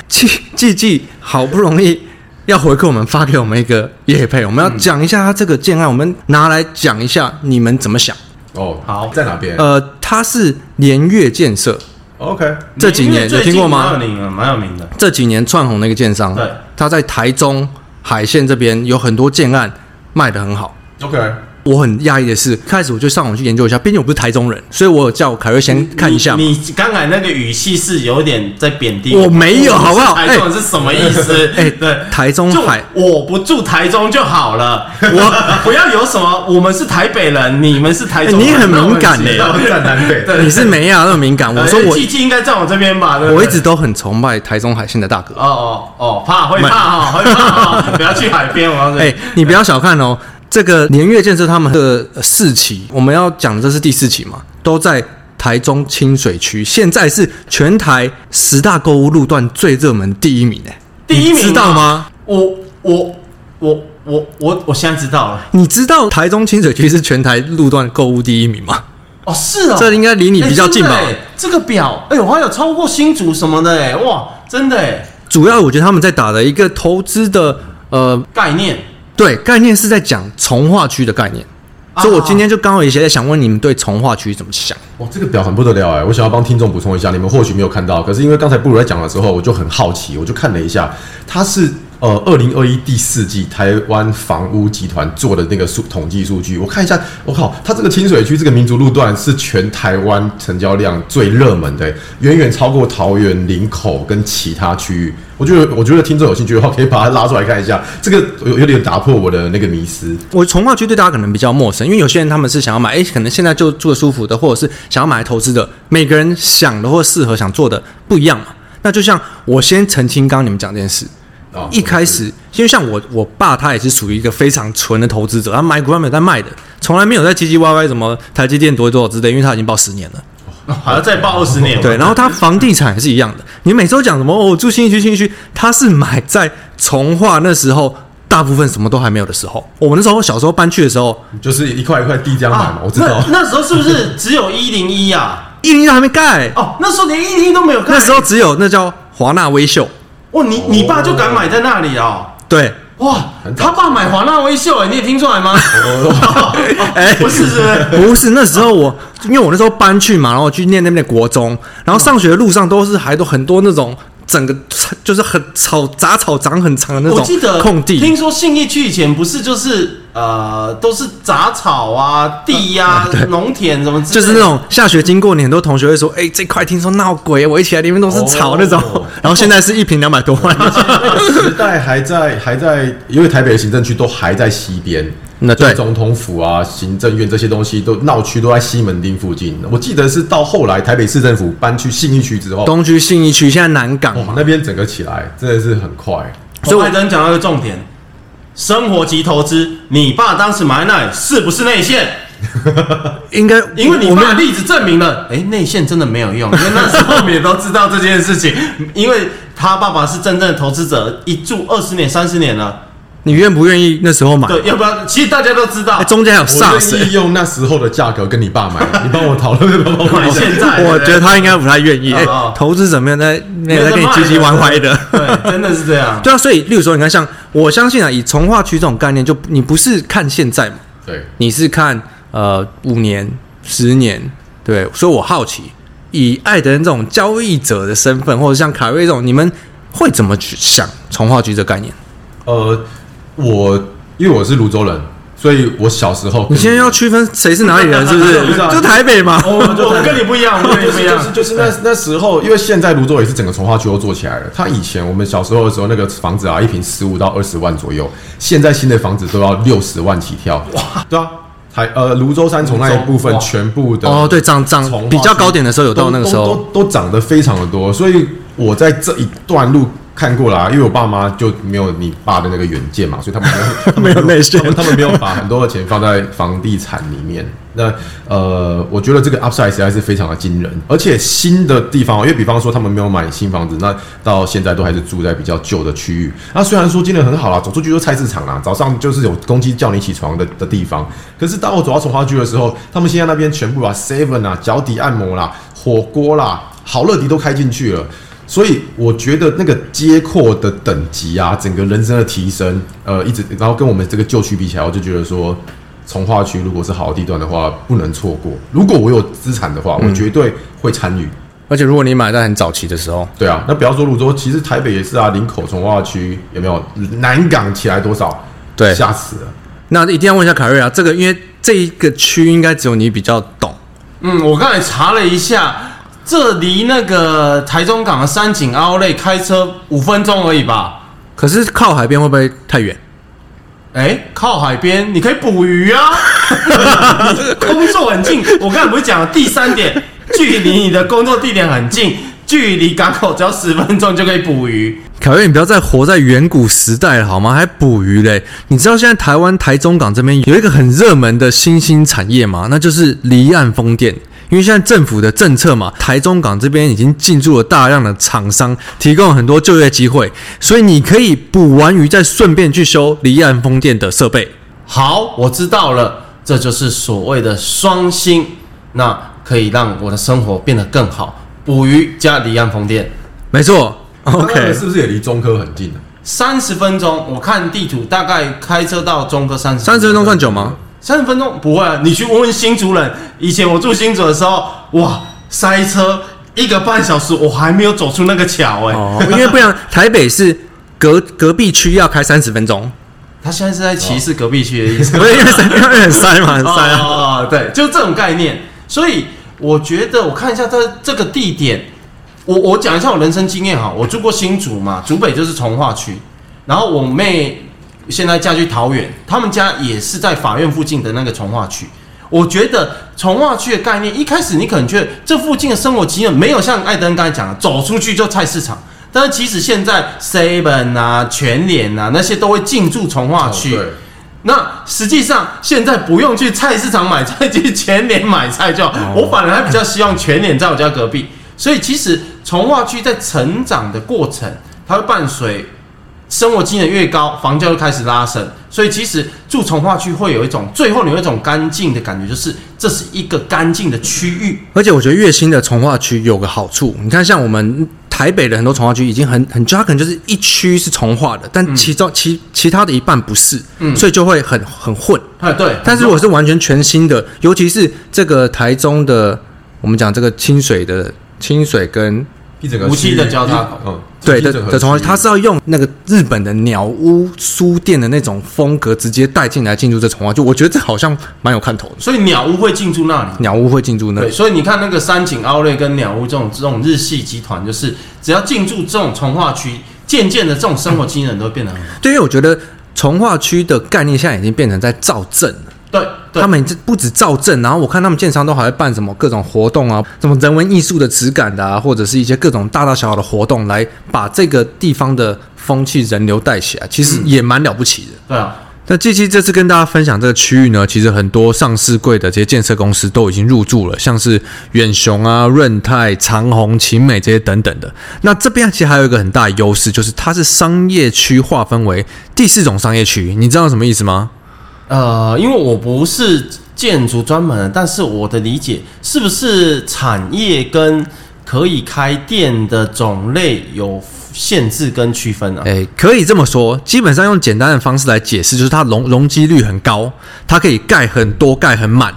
[SPEAKER 3] 季季季好不容易要回馈我们，发给我们一个业配，我们要讲一下他这个建案，我们拿来讲一下你们怎么想。
[SPEAKER 2] 哦，
[SPEAKER 1] 好
[SPEAKER 2] 在哪边
[SPEAKER 3] 呃，它是联月建设
[SPEAKER 2] ？OK，
[SPEAKER 3] 这几年
[SPEAKER 1] 因为最
[SPEAKER 3] 有听过吗
[SPEAKER 1] 近蛮有名的，啊蛮有名的。
[SPEAKER 3] 这几年窜红的一个建商
[SPEAKER 1] 对，
[SPEAKER 3] 他在台中海线这边有很多建案卖得很好。
[SPEAKER 2] OK，
[SPEAKER 3] 我很讶异的是，开始我就上网去研究一下，毕竟我不是台中人，所以我有叫凯瑞先看一下。
[SPEAKER 1] 你你刚才那个语气是有点在贬低
[SPEAKER 3] 我没有好不好
[SPEAKER 1] 台中人是什么意思？
[SPEAKER 3] [laughs] 哎
[SPEAKER 1] 对，
[SPEAKER 3] 台中
[SPEAKER 1] 就
[SPEAKER 3] 海
[SPEAKER 1] 我不住台中就好了，我 [laughs] 不要有什么，我们是台北人，你们是台中人，
[SPEAKER 3] 哎你很敏感
[SPEAKER 1] [laughs] 耶
[SPEAKER 3] 耶。
[SPEAKER 2] 要站南北。
[SPEAKER 1] 对
[SPEAKER 3] 你是没啊那么敏感，我说我
[SPEAKER 1] 季哎季应该站我这边吧？对不对
[SPEAKER 3] 我一直都很崇拜台中海线的大哥。
[SPEAKER 1] 哦哦哦，怕会怕哦，会怕哦，不要去海边，我告诉你
[SPEAKER 3] 哎、。你不要小看哦，这个年月建设他们的呃四期，我们要讲的这是第四期嘛，都在台中清水区，现在是全台十大购物路段最热门第一名哎、
[SPEAKER 1] 第一名
[SPEAKER 3] 你知道吗？
[SPEAKER 1] 我我我我我我现在知道了。
[SPEAKER 3] 你知道台中清水区是全台路段购物第一名吗？
[SPEAKER 1] 哦，是哦，
[SPEAKER 3] 这应该离你
[SPEAKER 1] 哎
[SPEAKER 3] 比较近吧
[SPEAKER 1] 真的哎这个表，哎呦，还有超过新竹什么的，哎，哇，真的哎，
[SPEAKER 3] 主要我觉得他们在打的一个投资的呃，
[SPEAKER 1] 概念。
[SPEAKER 3] 对概念是在讲从化区的概念，
[SPEAKER 1] 啊
[SPEAKER 3] 所以我今天就刚好也在想问你们对从化区怎么想？
[SPEAKER 2] 哇，哦这个表很不得了哎！我想要帮听众补充一下，你们或许没有看到，可是因为刚才布鲁在讲的时候，我就很好奇，我就看了一下，它是呃二零二一第四季台湾房屋集团做的那个数统计数据，我看一下，我靠，它这个清水区这个民族路段是全台湾成交量最热门的，欸远远超过桃园、林口跟其他区域。我觉得，我觉得听众有兴趣的话，可以把它拉出来看一下，这个有有点打破我的那个迷思。
[SPEAKER 3] 我从化区对大家可能比较陌生，因为有些人他们是想要买，哎，可能现在就住的舒服的，或者是想要买来投资的，每个人想的或适合想做的不一样嘛。那就像我先澄清刚刚你们讲这件事，
[SPEAKER 2] 啊
[SPEAKER 3] 一开始因为像我我爸他也是属于一个非常纯的投资者，他买股票没有在卖的，从来没有在唧唧歪歪什么台积电多多少之类，因为他已经报十年了。
[SPEAKER 1] 好像再报二十年。
[SPEAKER 3] 对，然后他房地产也是一样的。你每次都讲什么哦，我住新一区、新一区，他是买在从化那时候，大部分什么都还没有的时候。我们那时候小时候搬去的时候，
[SPEAKER 2] 就是一块一块地这样买
[SPEAKER 3] 啊
[SPEAKER 2] 嘛，我知道。
[SPEAKER 1] 那那时候是不是只有一零一啊？
[SPEAKER 3] 一零一都还没盖，
[SPEAKER 1] 哦，那时候连一零一都没有
[SPEAKER 3] 那
[SPEAKER 1] 看。
[SPEAKER 3] 时候只有那叫华纳威秀，
[SPEAKER 1] 哇，你你爸就敢买在那里哦。
[SPEAKER 3] 对，
[SPEAKER 1] 哇
[SPEAKER 2] 很，早
[SPEAKER 1] 他爸买华纳微秀，哎，你也听出来吗？
[SPEAKER 2] [laughs]
[SPEAKER 1] 哎，不是，是不是？
[SPEAKER 3] 不是那时候我，因为我那时候搬去嘛，然后去念那边的国中，然后上学的路上都是还都很多那种整个就是很草杂草长很长的那
[SPEAKER 1] 我记得
[SPEAKER 3] 种空地，
[SPEAKER 1] 听说信义区以前不是就是呃都是杂草啊、地呀、农田什么之类
[SPEAKER 3] 就
[SPEAKER 1] 的，
[SPEAKER 3] 是那种下学经过，你很多同学会说：“哎、这块听说闹鬼，我一起来里面都是草
[SPEAKER 2] 哦
[SPEAKER 3] 那种。然后现在是一瓶两百多万，
[SPEAKER 2] 时代还在还在，因为台北的行政区都还在西边，
[SPEAKER 3] 那
[SPEAKER 2] 就是
[SPEAKER 3] 对
[SPEAKER 2] 总统府啊、行政院这些东西都闹区都在西门町附近。我记得是到后来台北市政府搬去信义区之后，
[SPEAKER 3] 东区、信义区，现在南港
[SPEAKER 2] 哇，那边整个起来真的是很快。
[SPEAKER 3] 所以
[SPEAKER 1] 我
[SPEAKER 3] 我
[SPEAKER 1] 还真讲到一个重点：生活及投资。你爸当时买那里是不是内线？
[SPEAKER 3] 应该
[SPEAKER 1] 因为你
[SPEAKER 3] 我
[SPEAKER 1] 爸
[SPEAKER 3] 们
[SPEAKER 1] 例子证明了，哎、内线真的没有用。因为那时 [laughs] 候我们也都知道这件事情，因为他爸爸是真正的投资者，一住二十年、三十年了。
[SPEAKER 3] 你愿不愿意那时候买？
[SPEAKER 1] 对，要不然其实大家都知道，
[SPEAKER 3] 哎，中间还有
[SPEAKER 2] 我
[SPEAKER 3] SARS，
[SPEAKER 2] 愿意
[SPEAKER 3] 欸、
[SPEAKER 2] 用那时候的价格跟你爸买，
[SPEAKER 3] [laughs]
[SPEAKER 2] 你帮我讨论，帮我
[SPEAKER 1] 买
[SPEAKER 2] 买。
[SPEAKER 1] 现在，
[SPEAKER 3] 我
[SPEAKER 1] 对
[SPEAKER 3] 觉得他应该不太愿意。哎、
[SPEAKER 1] 哦哦
[SPEAKER 3] 投资者没有在没有在跟你
[SPEAKER 1] 没有在
[SPEAKER 3] 唧
[SPEAKER 1] 卖
[SPEAKER 3] 唧歪歪的。
[SPEAKER 1] [laughs] 对，真的是这样。
[SPEAKER 3] [laughs] 对啊，所以例如说，你看像我相信啊，以从化区这种概念就，你不是看现在嘛，
[SPEAKER 2] 对，
[SPEAKER 3] 你是看呃五年、十年，对，所以我好奇，以艾德恩这种交易者的身份，或者像凯瑞这种，你们会怎么去想从化局这概念？
[SPEAKER 2] 呃，我因为我是泸州人，所以我小时候
[SPEAKER 3] 你现在要区分谁是哪里人，是不
[SPEAKER 2] 不
[SPEAKER 3] 是？
[SPEAKER 2] 是啊
[SPEAKER 3] 就台北嘛。
[SPEAKER 1] 我我跟你不一样， [laughs] 我跟你
[SPEAKER 2] 就
[SPEAKER 1] 不
[SPEAKER 2] 是
[SPEAKER 1] 一
[SPEAKER 2] 就
[SPEAKER 1] 样
[SPEAKER 2] 是。就是那那时候，因为现在泸州也是整个从化区都做起来了。它以前我们小时候的时候，那个房子啊，一平十五到二十万左右，现在新的房子都要六十万起跳。哇，对啊，台呃泸州三重那一部分
[SPEAKER 1] 哇
[SPEAKER 2] 全部的
[SPEAKER 3] 哦，对，涨涨
[SPEAKER 2] 从化区
[SPEAKER 3] 比较高点的时候有到
[SPEAKER 2] 都
[SPEAKER 3] 那个时
[SPEAKER 2] 都
[SPEAKER 3] 候，
[SPEAKER 2] 都都涨得非常的多，所以我在这一段路看过啊啦、因为我爸妈就没有你爸的那个远见嘛，所以他们没
[SPEAKER 3] 没
[SPEAKER 2] 有
[SPEAKER 3] 有内线 [laughs]
[SPEAKER 2] 他们他们没有把很多的钱放在房地产里面。那呃，我觉得这个 upside 实在是非常的惊人，而且新的地方哦，因为比方说他们没有买新房子，那到现在都还是住在比较旧的区域。那虽然说今年很好啦，走出去就菜市场啦，早上就是有公鸡叫你起床的的地方。可是当我走到从化区的时候，他们现在那边全部把 seven 啊、脚底按摩啦、火锅啦、好乐迪都开进去了。所以我觉得那个街阔的等级啊，整个人生的提升，呃，一直然后跟我们这个旧区比起来，我就觉得说，从化区如果是好地段的话，不能错过。如果我有资产的话，我绝对会参与。
[SPEAKER 3] 而且如果你买在很早期的时候，
[SPEAKER 2] 对啊，那不要说泸州，其实台北也是啊，林口从化区有没有南港起来多少？
[SPEAKER 3] 对
[SPEAKER 2] 吓死了。
[SPEAKER 3] 那一定要问一下凯瑞啊，这个因为这一个区应该只有你比较懂，
[SPEAKER 1] 嗯，我刚才查了一下，这离那个台中港的三井凹类开车五分钟而已吧？
[SPEAKER 3] 可是靠海边会不会太远？
[SPEAKER 1] 哎、靠海边，你可以捕鱼啊！工作很近，我刚才不是讲了第三点，距离你的工作地点很近，距离港口只要十分钟就可以捕鱼。
[SPEAKER 3] 凯瑞，你不要再活在远古时代了好吗？还捕鱼嘞？你知道现在台湾台中港这边有一个很热门的新兴产业嘛？那就是离岸风电。因为现在政府的政策嘛，台中港这边已经进驻了大量的厂商，提供了很多就业机会，所以你可以捕完鱼再顺便去修离岸风电的设备。
[SPEAKER 1] 好，我知道了，这就是所谓的双薪，那可以让我的生活变得更好。捕鱼加离岸风电，
[SPEAKER 3] 没错
[SPEAKER 2] 当然
[SPEAKER 3] ，OK，
[SPEAKER 2] 是不是也离中科很近啊？
[SPEAKER 1] 三十分钟，我看地图大概开车到中科三十。
[SPEAKER 3] 三十分钟算久吗？
[SPEAKER 1] 三十分钟不会、啊，你去问问新竹人。以前我住新竹的时候，哇，塞车一个半小时，我还没有走出那个桥哎、
[SPEAKER 3] 哦，因为不然台北是隔隔壁区要开三十分钟，
[SPEAKER 1] 他现在是在歧视隔壁区的意思。
[SPEAKER 3] 不是因为塞因为很塞嘛，很塞啊。
[SPEAKER 1] 哦，对，就这种概念。所以我觉得，我看一下这这个地点，我我讲一下我人生经验哈。我住过新竹嘛，竹北就是从化区，然后我妹现在嫁去桃园，他们家也是在法院附近的那个从化区。我觉得从化区的概念，一开始你可能觉得这附近的生活机能没有像艾登刚才讲的，走出去就菜市场。但是其实现在 Seven 啊、全联啊那些都会进驻从化区，
[SPEAKER 2] 哦对
[SPEAKER 1] 那实际上现在不用去菜市场买菜，去全联买菜就好。
[SPEAKER 3] 哦
[SPEAKER 1] 我反而还比较希望全联在我家隔壁。所以其实从化区在成长的过程，它会伴随生活机能越高，房价就开始拉升。所以其实住从化区会有一种最后你有一种干净的感觉，就是这是一个干净的区域。
[SPEAKER 3] 而且我觉得越新的从化区有个好处，你看像我们台北的很多从化区已经很很，它可能就是一区是从化的，但其中、其其他的一半不是，所以就会很很混。
[SPEAKER 1] 哎，对。
[SPEAKER 3] 但是如果是完全全新的，尤其是这个台中的，我们讲这个清水的清水跟
[SPEAKER 2] 一整个
[SPEAKER 1] 无期的交叉口
[SPEAKER 2] 口，嗯，
[SPEAKER 3] 对的
[SPEAKER 2] 一整个
[SPEAKER 3] 的从化
[SPEAKER 2] 区
[SPEAKER 3] 区，它是要用那个日本的鸟屋书店的那种风格直接带进来进入这从化区，我觉得这好像蛮有看头的。
[SPEAKER 1] 所以鸟屋会进驻那里，
[SPEAKER 3] 鸟屋会进驻那
[SPEAKER 1] 对，
[SPEAKER 3] 里，
[SPEAKER 1] 所以你看那个三井奥莱跟鸟屋这种这种日系集团，就是只要进驻这种从化区，渐渐的这种生活机能都会变得很好。
[SPEAKER 3] 对，因为我觉得从化区的概念现在已经变成在造镇了。
[SPEAKER 1] 对，对
[SPEAKER 3] 他们这不止造镇，然后我看他们建商都还会办什么各种活动啊，什么人文艺术的质感的啊，或者是一些各种大大小小的活动，来把这个地方的风气人流带起来，其实也蛮了不起的。
[SPEAKER 1] 对啊，
[SPEAKER 3] 那这期这次跟大家分享这个区域呢，其实很多上市柜的这些建设公司都已经入驻了，像是远雄啊、润泰、长虹、勤美这些等等的。那这边其实还有一个很大的优势，就是它是商业区划分为第四种商业区，你知道什么意思吗？
[SPEAKER 1] 呃，因为我不是建筑专门的，但是我的理解是不是产业跟可以开店的种类有限制跟区分啊？
[SPEAKER 3] 诶，哎可以这么说，基本上用简单的方式来解释，就是它容容积率很高，它可以盖很多、盖很满，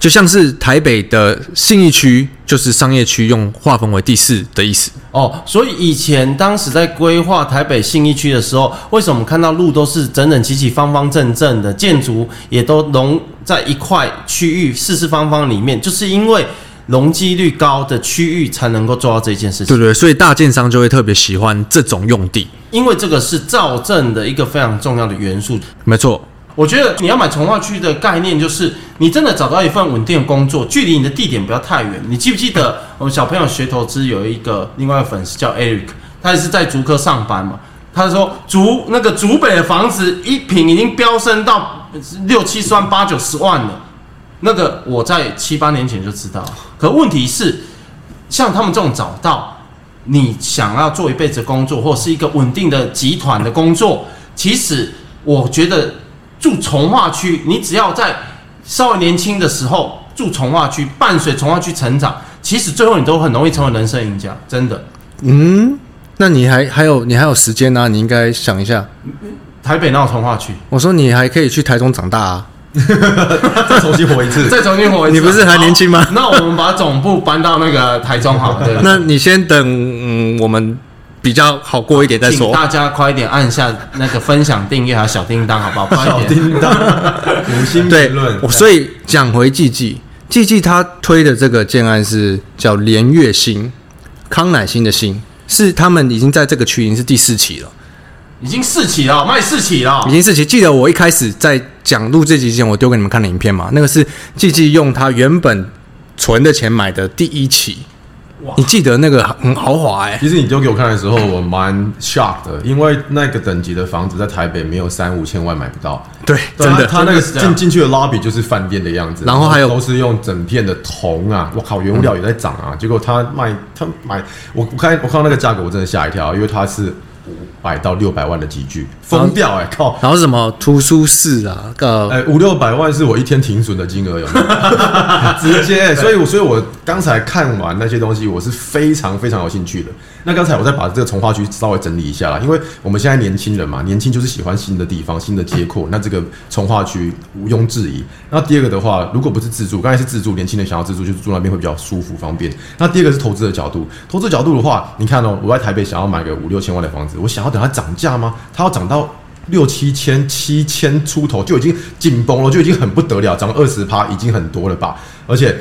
[SPEAKER 3] 就像是台北的信义区就是商业区，用划分为第四的意思。
[SPEAKER 1] 哦，所以以前当时在规划台北信义区的时候，为什么我们看到路都是整整齐齐、方方正正的，建筑也都融在一块区域四四方方里面，就是因为容积率高的区域才能够做到这件事情
[SPEAKER 3] 对。对，所以大建商就会特别喜欢这种用地。
[SPEAKER 1] 因为这个是造镇的一个非常重要的元素。
[SPEAKER 3] 没错，
[SPEAKER 1] 我觉得你要买从化区的概念，就是你真的找到一份稳定的工作，距离你的地点不要太远。你记不记得我们小朋友学投资有一个另外一个粉丝叫 Eric，他也是在竹科上班嘛。他说竹那个竹北的房子一平已经飙升到六七十万、八九十万了。那个我在七八年前就知道，可问题是，像他们这种找到你想要做一辈子工作，或是一个稳定的集团的工作，其实我觉得住从化区，你只要在稍微年轻的时候住从化区，伴随从化区成长，其实最后你都很容易成为人生赢家，真的。
[SPEAKER 3] 嗯，那你还还有你还有时间啊？你应该想一下。
[SPEAKER 1] 台北哪有从化区？
[SPEAKER 3] 我说你还可以去台中长大啊，
[SPEAKER 2] 再重新活一次。
[SPEAKER 1] 再重新活一次。
[SPEAKER 3] 你
[SPEAKER 1] 啊
[SPEAKER 3] 不是还年轻吗
[SPEAKER 1] 好那我们把总部搬到那个台中好了。对
[SPEAKER 3] [laughs]
[SPEAKER 1] 不对
[SPEAKER 3] 那你先等，嗯，我们比较好过一点再
[SPEAKER 1] 请
[SPEAKER 3] 说。
[SPEAKER 1] 大家快一点按下那个分享、订阅还有小叮当，好不好？快
[SPEAKER 2] 小
[SPEAKER 1] 一点。
[SPEAKER 2] 叮当，五星
[SPEAKER 3] 对
[SPEAKER 2] 评论，，
[SPEAKER 3] 我所以讲回季季，季季他推的这个建案是叫连月星，康乃馨的馨，是他们已经在这个区已经是第四期了，
[SPEAKER 1] 已经四起了，哦卖四起了
[SPEAKER 3] 已。经四期。记得我一开始在讲录这集之前，我丢给你们看的影片嘛，那个是季季用他原本存的钱买的第一期
[SPEAKER 1] 哇，
[SPEAKER 3] 你记得那个很豪华哎、
[SPEAKER 2] 其实你丢给我看的时候，我蛮 shock 的，因为那个等级的房子在台北没有三五千万买不到。
[SPEAKER 3] 对，真的。
[SPEAKER 2] 啊他那
[SPEAKER 1] 真
[SPEAKER 2] 个
[SPEAKER 1] 的是这样
[SPEAKER 2] 进进去的 lobby 就是饭店的样子，
[SPEAKER 3] 然后还有
[SPEAKER 2] 都是用整片的铜啊，我靠，原物料也在涨啊。
[SPEAKER 3] 嗯
[SPEAKER 2] 结果他卖他买我我看我看到那个价格，我真的吓一跳，啊因为它是五百到六百万的集聚，疯掉哎、靠！
[SPEAKER 3] 然后是什么图书室啊，呃，
[SPEAKER 2] 哎、五六百万是我一天停损的金额，有 [laughs] 没有？直接、哎所以我所以我刚才看完那些东西，我是非常非常有兴趣的。那刚才我再把这个从化区稍微整理一下啦，因为我们现在年轻人嘛，年轻就是喜欢新的地方、新的街廓，那这个从化区毋庸置疑。那第二个的话，如果不是自住，刚才是自住，年轻人想要自住，就是住那边会比较舒服方便。那第二个是投资的角度，投资角度的话，你看哦，我在台北想要买个五六千万的房子，我想要等它涨价吗？它要涨到。六七千、七千出头就已经紧绷了，就已经很不得了，涨二十趴已经很多了吧？而且，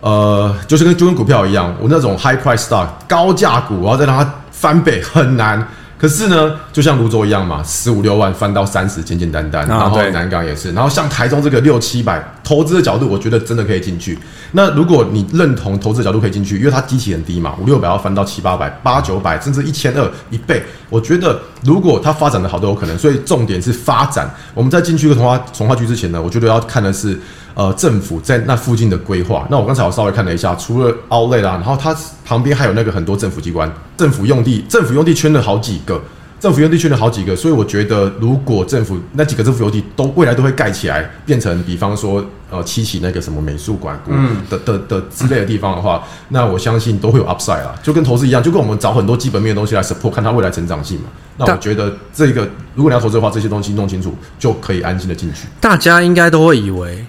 [SPEAKER 2] 呃，就是跟就跟股票一样，我那种 high price stock 高价股，我要再让它翻倍很难。可是呢，就像泸州一样嘛，十五六万翻到三十，简简单单。
[SPEAKER 3] 啊
[SPEAKER 2] 然后
[SPEAKER 3] 对
[SPEAKER 2] 南港也是，然后像台中这个六七百，投资的角度，我觉得真的可以进去。那如果你认同投资的角度可以进去，因为它基期很低嘛，五六百要翻到七八百、八九百，甚至一千二一倍，我觉得如果它发展的好都有可能。所以重点是发展。我们在进去一个从化从化区之前呢，我觉得要看的是。呃，政府在那附近的规划，那我刚才我稍微看了一下，除了 Outlet 啦、然后它旁边还有那个很多政府机关、政府用地、政府用地圈了好几个，政府用地圈了好几个，所以我觉得如果政府那几个政府用地都未来都会盖起来，变成比方说呃七期那个什么美术馆古的的的之类的地方的话，那我相信都会有 upside 啦，就跟投资一样，就跟我们找很多基本面的东西来 support 看它未来成长性嘛。那我
[SPEAKER 3] 但
[SPEAKER 2] 觉得这个如果你要投资的话，这些东西弄清楚就可以安心的进去。
[SPEAKER 3] 大家应该都会以为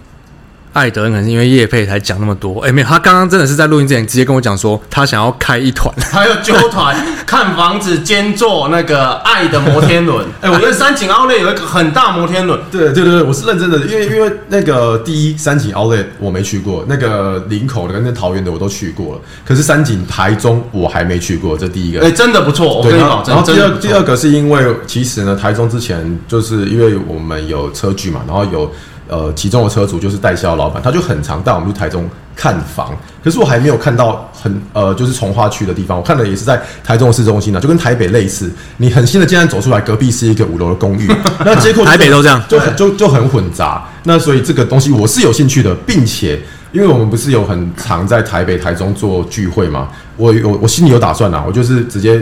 [SPEAKER 3] 艾德可能是因为叶佩才讲那么多。哎、没有，他刚刚真的是在录音之前直接跟我讲说，他想要开一团。
[SPEAKER 1] 还有纠团看房子兼做那个爱的摩天
[SPEAKER 3] [laughs]
[SPEAKER 1] 轮。哎、我觉得三井奥莱有一个很大摩天轮，
[SPEAKER 2] 对对对对，我是认真的，因为因为那个第一三井 Outlet 我没去过，那个林口的跟桃园的我都去过了，可是三井台中我还没去过，这第一个。
[SPEAKER 1] 哎、真的不错，我
[SPEAKER 2] 对，
[SPEAKER 1] 跟你
[SPEAKER 2] 然
[SPEAKER 1] 保
[SPEAKER 2] 后
[SPEAKER 1] 证。
[SPEAKER 2] 然后第
[SPEAKER 1] 真
[SPEAKER 2] 二
[SPEAKER 1] 的不错
[SPEAKER 2] 第二个是因为其实呢，台中之前就是因为我们有车距嘛，然后有呃，其中的车主就是代销老板，他就很常带我们去台中看房，可是我还没有看到很呃，就是从化区的地方，我看的也是在台中市中心啊，就跟台北类似，你很新的建案走出来，隔壁是一个五楼的公寓，那
[SPEAKER 1] [laughs]
[SPEAKER 2] 街口
[SPEAKER 3] 台北都这样
[SPEAKER 2] 就很就就很混杂。那所以这个东西我是有兴趣的，并且因为我们不是有很常在台北、台中做聚会嘛，我有我心里有打算啦、我就是直接。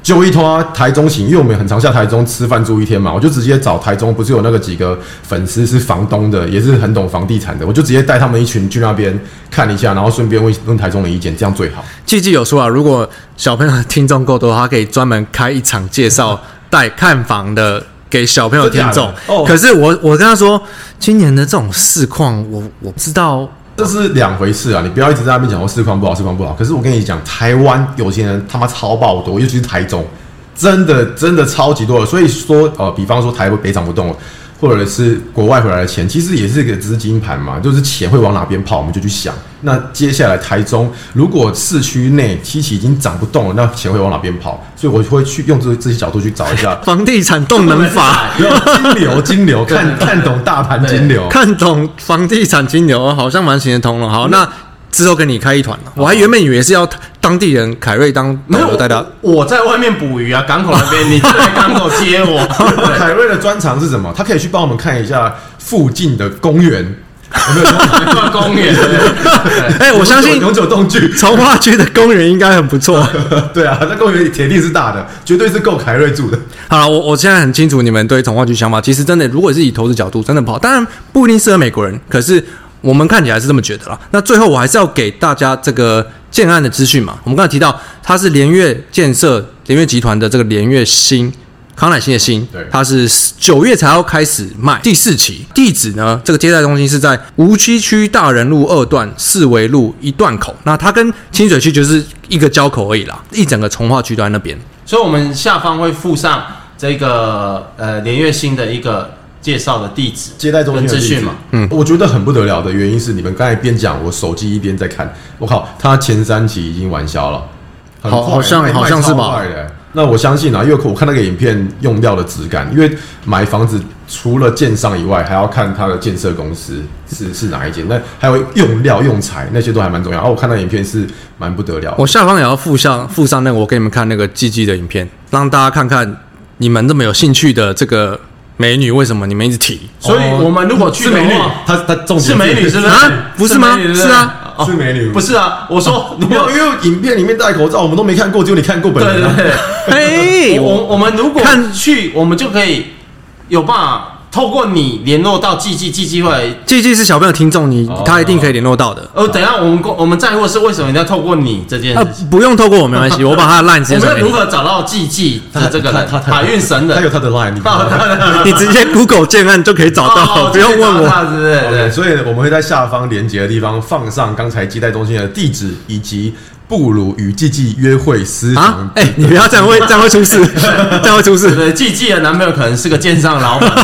[SPEAKER 2] 就一通啊，台中行，因为我们很常下台中吃饭住一天嘛，我就直接找台中，不是有那个几个粉丝是房东的，也是很懂房地产的，我就直接带他们一群去那边看一下，然后顺便问问台中的意见，这样最好。
[SPEAKER 3] 季季有说啊，如果小朋友的听众够多，他可以专门开一场介绍带看房的给小朋友听
[SPEAKER 2] 真假
[SPEAKER 3] 众
[SPEAKER 2] 的。哦
[SPEAKER 3] 可是我我跟他说，今年的这种市况，我我不知道。
[SPEAKER 2] 这是两回事啊！你不要一直在那边讲说市况不好，市况不好。可是我跟你讲，台湾有钱人他妈超爆多，尤其是台中，真的真的超级多的。所以说，呃，比方说台北涨不动了，或者是国外回来的钱，其实也是一个资金盘嘛，就是钱会往哪边跑，我们就去想。那接下来台中如果市区内七期已经涨不动了，那钱会往哪边跑？所以我会去用这这些角度去找一下
[SPEAKER 3] 房地产动能
[SPEAKER 2] [laughs]
[SPEAKER 3] 法，
[SPEAKER 2] 没有金流，金流，看看懂大盘金流。
[SPEAKER 3] 看懂房地产金流，哦好像蛮行得通了。
[SPEAKER 2] 嗯
[SPEAKER 3] 好，那之后跟你开一团
[SPEAKER 2] 哦
[SPEAKER 3] 了。我还原本以为是要当地人凯瑞当
[SPEAKER 1] 没有
[SPEAKER 3] 导游带他，
[SPEAKER 2] 哦
[SPEAKER 1] 我在外面捕鱼啊，港口那边，你就来港口接我。 [laughs] 对
[SPEAKER 2] 凯瑞的专长是什么？他可以去帮我们看一下附近的公园，有没有永久？
[SPEAKER 1] 逛公园，对
[SPEAKER 3] 哎，我相
[SPEAKER 2] [laughs]
[SPEAKER 3] 信
[SPEAKER 2] 永久动距。
[SPEAKER 3] 从化区的公园应该很不错。
[SPEAKER 2] 对啊，那公园铁定是大的，绝对是够凯瑞住的。
[SPEAKER 3] 好了，我我现在很清楚你们对童话剧想法。其实真的，如果是以投资角度，真的不好。当然不一定适合美国人，可是我们看起来是这么觉得啦。那最后我还是要给大家这个建案的资讯嘛。我们刚才提到，它是联越建设联越集团的这个联越新。康乃馨的新
[SPEAKER 2] 对，
[SPEAKER 3] 它是九月才要开始卖第四期。地址呢，这个接待中心是在无锡区大仁路二段四维路一段口。那它跟清水区就是一个交口而已啦，一整个从化区都在那边。
[SPEAKER 1] 所以我们下方会附上这个呃连月星的一个介绍的地址、
[SPEAKER 2] 接待中心
[SPEAKER 1] 跟
[SPEAKER 2] 的
[SPEAKER 1] 资讯
[SPEAKER 2] 地址
[SPEAKER 1] 嘛。，
[SPEAKER 2] 嗯，我觉得很不得了的原因是，你们刚才边讲，我手机一边在看，我靠，他前三集已经玩消了，很
[SPEAKER 3] 好
[SPEAKER 2] 快哎
[SPEAKER 3] 好像
[SPEAKER 2] 卖
[SPEAKER 3] 好像是吧
[SPEAKER 2] 超快的那我相信啊，因为我看那个影片用料的质感，因为买房子除了建商以外，还要看它的建设公司是是哪一间，那还有用料用材那些都还蛮重要。然后我看那个影片是蛮不得了的，
[SPEAKER 3] 我下方也要附上附上那个我给你们看那个鸡鸡的影片，让大家看看你们这么有兴趣的这个美女为什么你们一直
[SPEAKER 1] [laughs]
[SPEAKER 3] 提
[SPEAKER 1] 所以我们如果去
[SPEAKER 2] 是
[SPEAKER 1] 的
[SPEAKER 2] 美女
[SPEAKER 1] 话，，
[SPEAKER 2] 她她重点
[SPEAKER 1] 是美女是不是？
[SPEAKER 3] 哦啊不是吗
[SPEAKER 1] 美女不
[SPEAKER 3] 是啊哦
[SPEAKER 1] 哦
[SPEAKER 2] 是美女
[SPEAKER 1] 不是啊。我说如
[SPEAKER 2] 没
[SPEAKER 1] 果
[SPEAKER 2] 有，因为影片里面戴口罩，我们都没看过，只有你看过本
[SPEAKER 1] 对
[SPEAKER 2] 人、啊。
[SPEAKER 1] 对对。
[SPEAKER 3] 哎，
[SPEAKER 1] 我
[SPEAKER 3] 我
[SPEAKER 1] 我们如果
[SPEAKER 3] 看
[SPEAKER 1] 去，我们就可以有办法透过你联络到季季季季会来。
[SPEAKER 3] 鸡鸡是小朋友听众，你
[SPEAKER 2] 哦
[SPEAKER 3] 他一定可以联络到的。
[SPEAKER 1] 呃，等一下我们公我们在乎的是为什么一定要透过你这件
[SPEAKER 3] 啊
[SPEAKER 1] 事情。，
[SPEAKER 3] 不用透过我没关系，我把他的 line 直
[SPEAKER 1] 哦
[SPEAKER 3] 接
[SPEAKER 1] 我
[SPEAKER 3] 传
[SPEAKER 1] 们
[SPEAKER 3] 给
[SPEAKER 1] 如
[SPEAKER 3] 你，
[SPEAKER 1] 何找到季季的这个人？海运神
[SPEAKER 2] 他有
[SPEAKER 1] 人。
[SPEAKER 2] 他的 line，你知道吗
[SPEAKER 3] 你直接 Google 建案就可以找
[SPEAKER 1] 哦
[SPEAKER 3] 到，不用问我。
[SPEAKER 1] 是不是？
[SPEAKER 2] OK，
[SPEAKER 1] 对，
[SPEAKER 2] 所以我们会在下方连接的地方放上刚才接待中心的地址以及布鲁与季季约会私
[SPEAKER 3] 啊
[SPEAKER 2] 房。，
[SPEAKER 3] 哎、你不要这样会这样会出事，这样会出事，
[SPEAKER 1] 对，季季的男朋友可能是个建商老板，不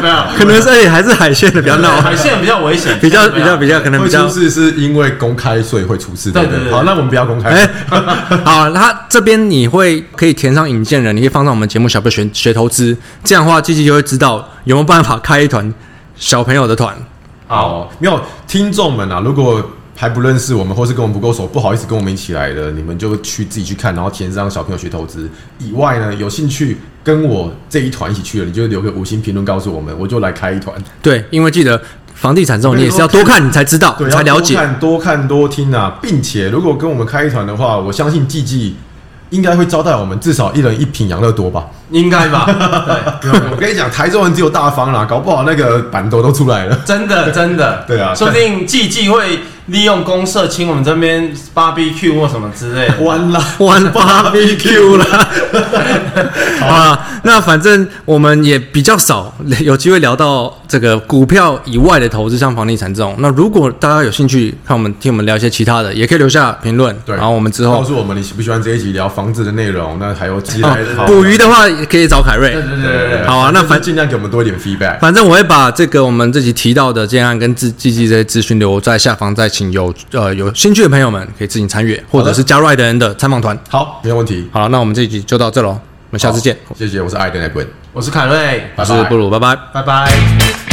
[SPEAKER 3] [laughs]
[SPEAKER 1] 不要不要，
[SPEAKER 3] 可能是、哎还是海鲜的，不要闹，
[SPEAKER 1] 海鲜比较危险，
[SPEAKER 3] 比较
[SPEAKER 1] 不
[SPEAKER 3] 比
[SPEAKER 1] 要
[SPEAKER 3] 较比较可能
[SPEAKER 2] 会
[SPEAKER 3] 比较
[SPEAKER 2] 出事是因为公开，所以会出事。
[SPEAKER 1] 对
[SPEAKER 2] 不
[SPEAKER 1] 对对对
[SPEAKER 2] 好，那我们不要公开。
[SPEAKER 3] 哎、 [laughs] 好，他这边你会可以填上引荐人，你可以放上我们节目小朋友学学投资，这样的话，季季就会知道有没有办法开一团小朋友的团。
[SPEAKER 1] 好。
[SPEAKER 2] 没有听众们啊，如果还不认识我们，或是跟我们不够熟，不好意思跟我们一起来的，你们就去自己去看，然后填上小朋友学投资。以外呢，有兴趣跟我这一团一起去的，你就留个五星评论告诉我们，我就来开一团。
[SPEAKER 3] 对，因为记得房地产这种你也是要多看你才知道，
[SPEAKER 2] 对，
[SPEAKER 3] 才
[SPEAKER 2] 要
[SPEAKER 3] 了解
[SPEAKER 2] 多。看多看多听啊，并且如果跟我们开一团的话，我相信季季应该会招待我们至少一人一瓶养乐多吧。
[SPEAKER 1] 应该
[SPEAKER 3] [laughs]
[SPEAKER 1] 吧？对，
[SPEAKER 2] 我跟你讲，台中人只有大方啦，搞不好那个板豆都出
[SPEAKER 3] [laughs]
[SPEAKER 2] 来了。
[SPEAKER 1] 真的真的，
[SPEAKER 2] 对啊
[SPEAKER 1] 说不定季季会利用公社请我们这边 barbecue 或什么之类的。
[SPEAKER 2] 完了，
[SPEAKER 3] 玩 barbecue 啦，好啊，那反正我们也比较少有机会聊到这个股票以外的投资，像房地产这种。那如果大家有兴趣看我们听我们聊一些其他的，也可以留下评论，
[SPEAKER 2] 对，
[SPEAKER 3] 然后我们之后
[SPEAKER 2] 告诉我们你喜不喜欢这一集聊房子的内容，那还有鸡来
[SPEAKER 3] 哦，捕鱼的话也可以找凯瑞。
[SPEAKER 1] 对对对对对，
[SPEAKER 3] 好啊那
[SPEAKER 2] 就是
[SPEAKER 3] 反
[SPEAKER 2] 尽量给我们多一点 feedback。
[SPEAKER 3] 反正我会把这个我们这集提到的建案跟自记记这些资讯留在下方，再请有呃有兴趣的朋友们可以自行参阅，或者是加入爱的人的参访团。
[SPEAKER 2] 好，没有问题。
[SPEAKER 3] 好了，那我们这集就到这喽，我们下次见。
[SPEAKER 2] 谢谢，我是艾登艾文，
[SPEAKER 1] 我是凯瑞，
[SPEAKER 3] 我
[SPEAKER 2] 拜拜
[SPEAKER 3] 是布鲁，拜拜。
[SPEAKER 1] 拜拜。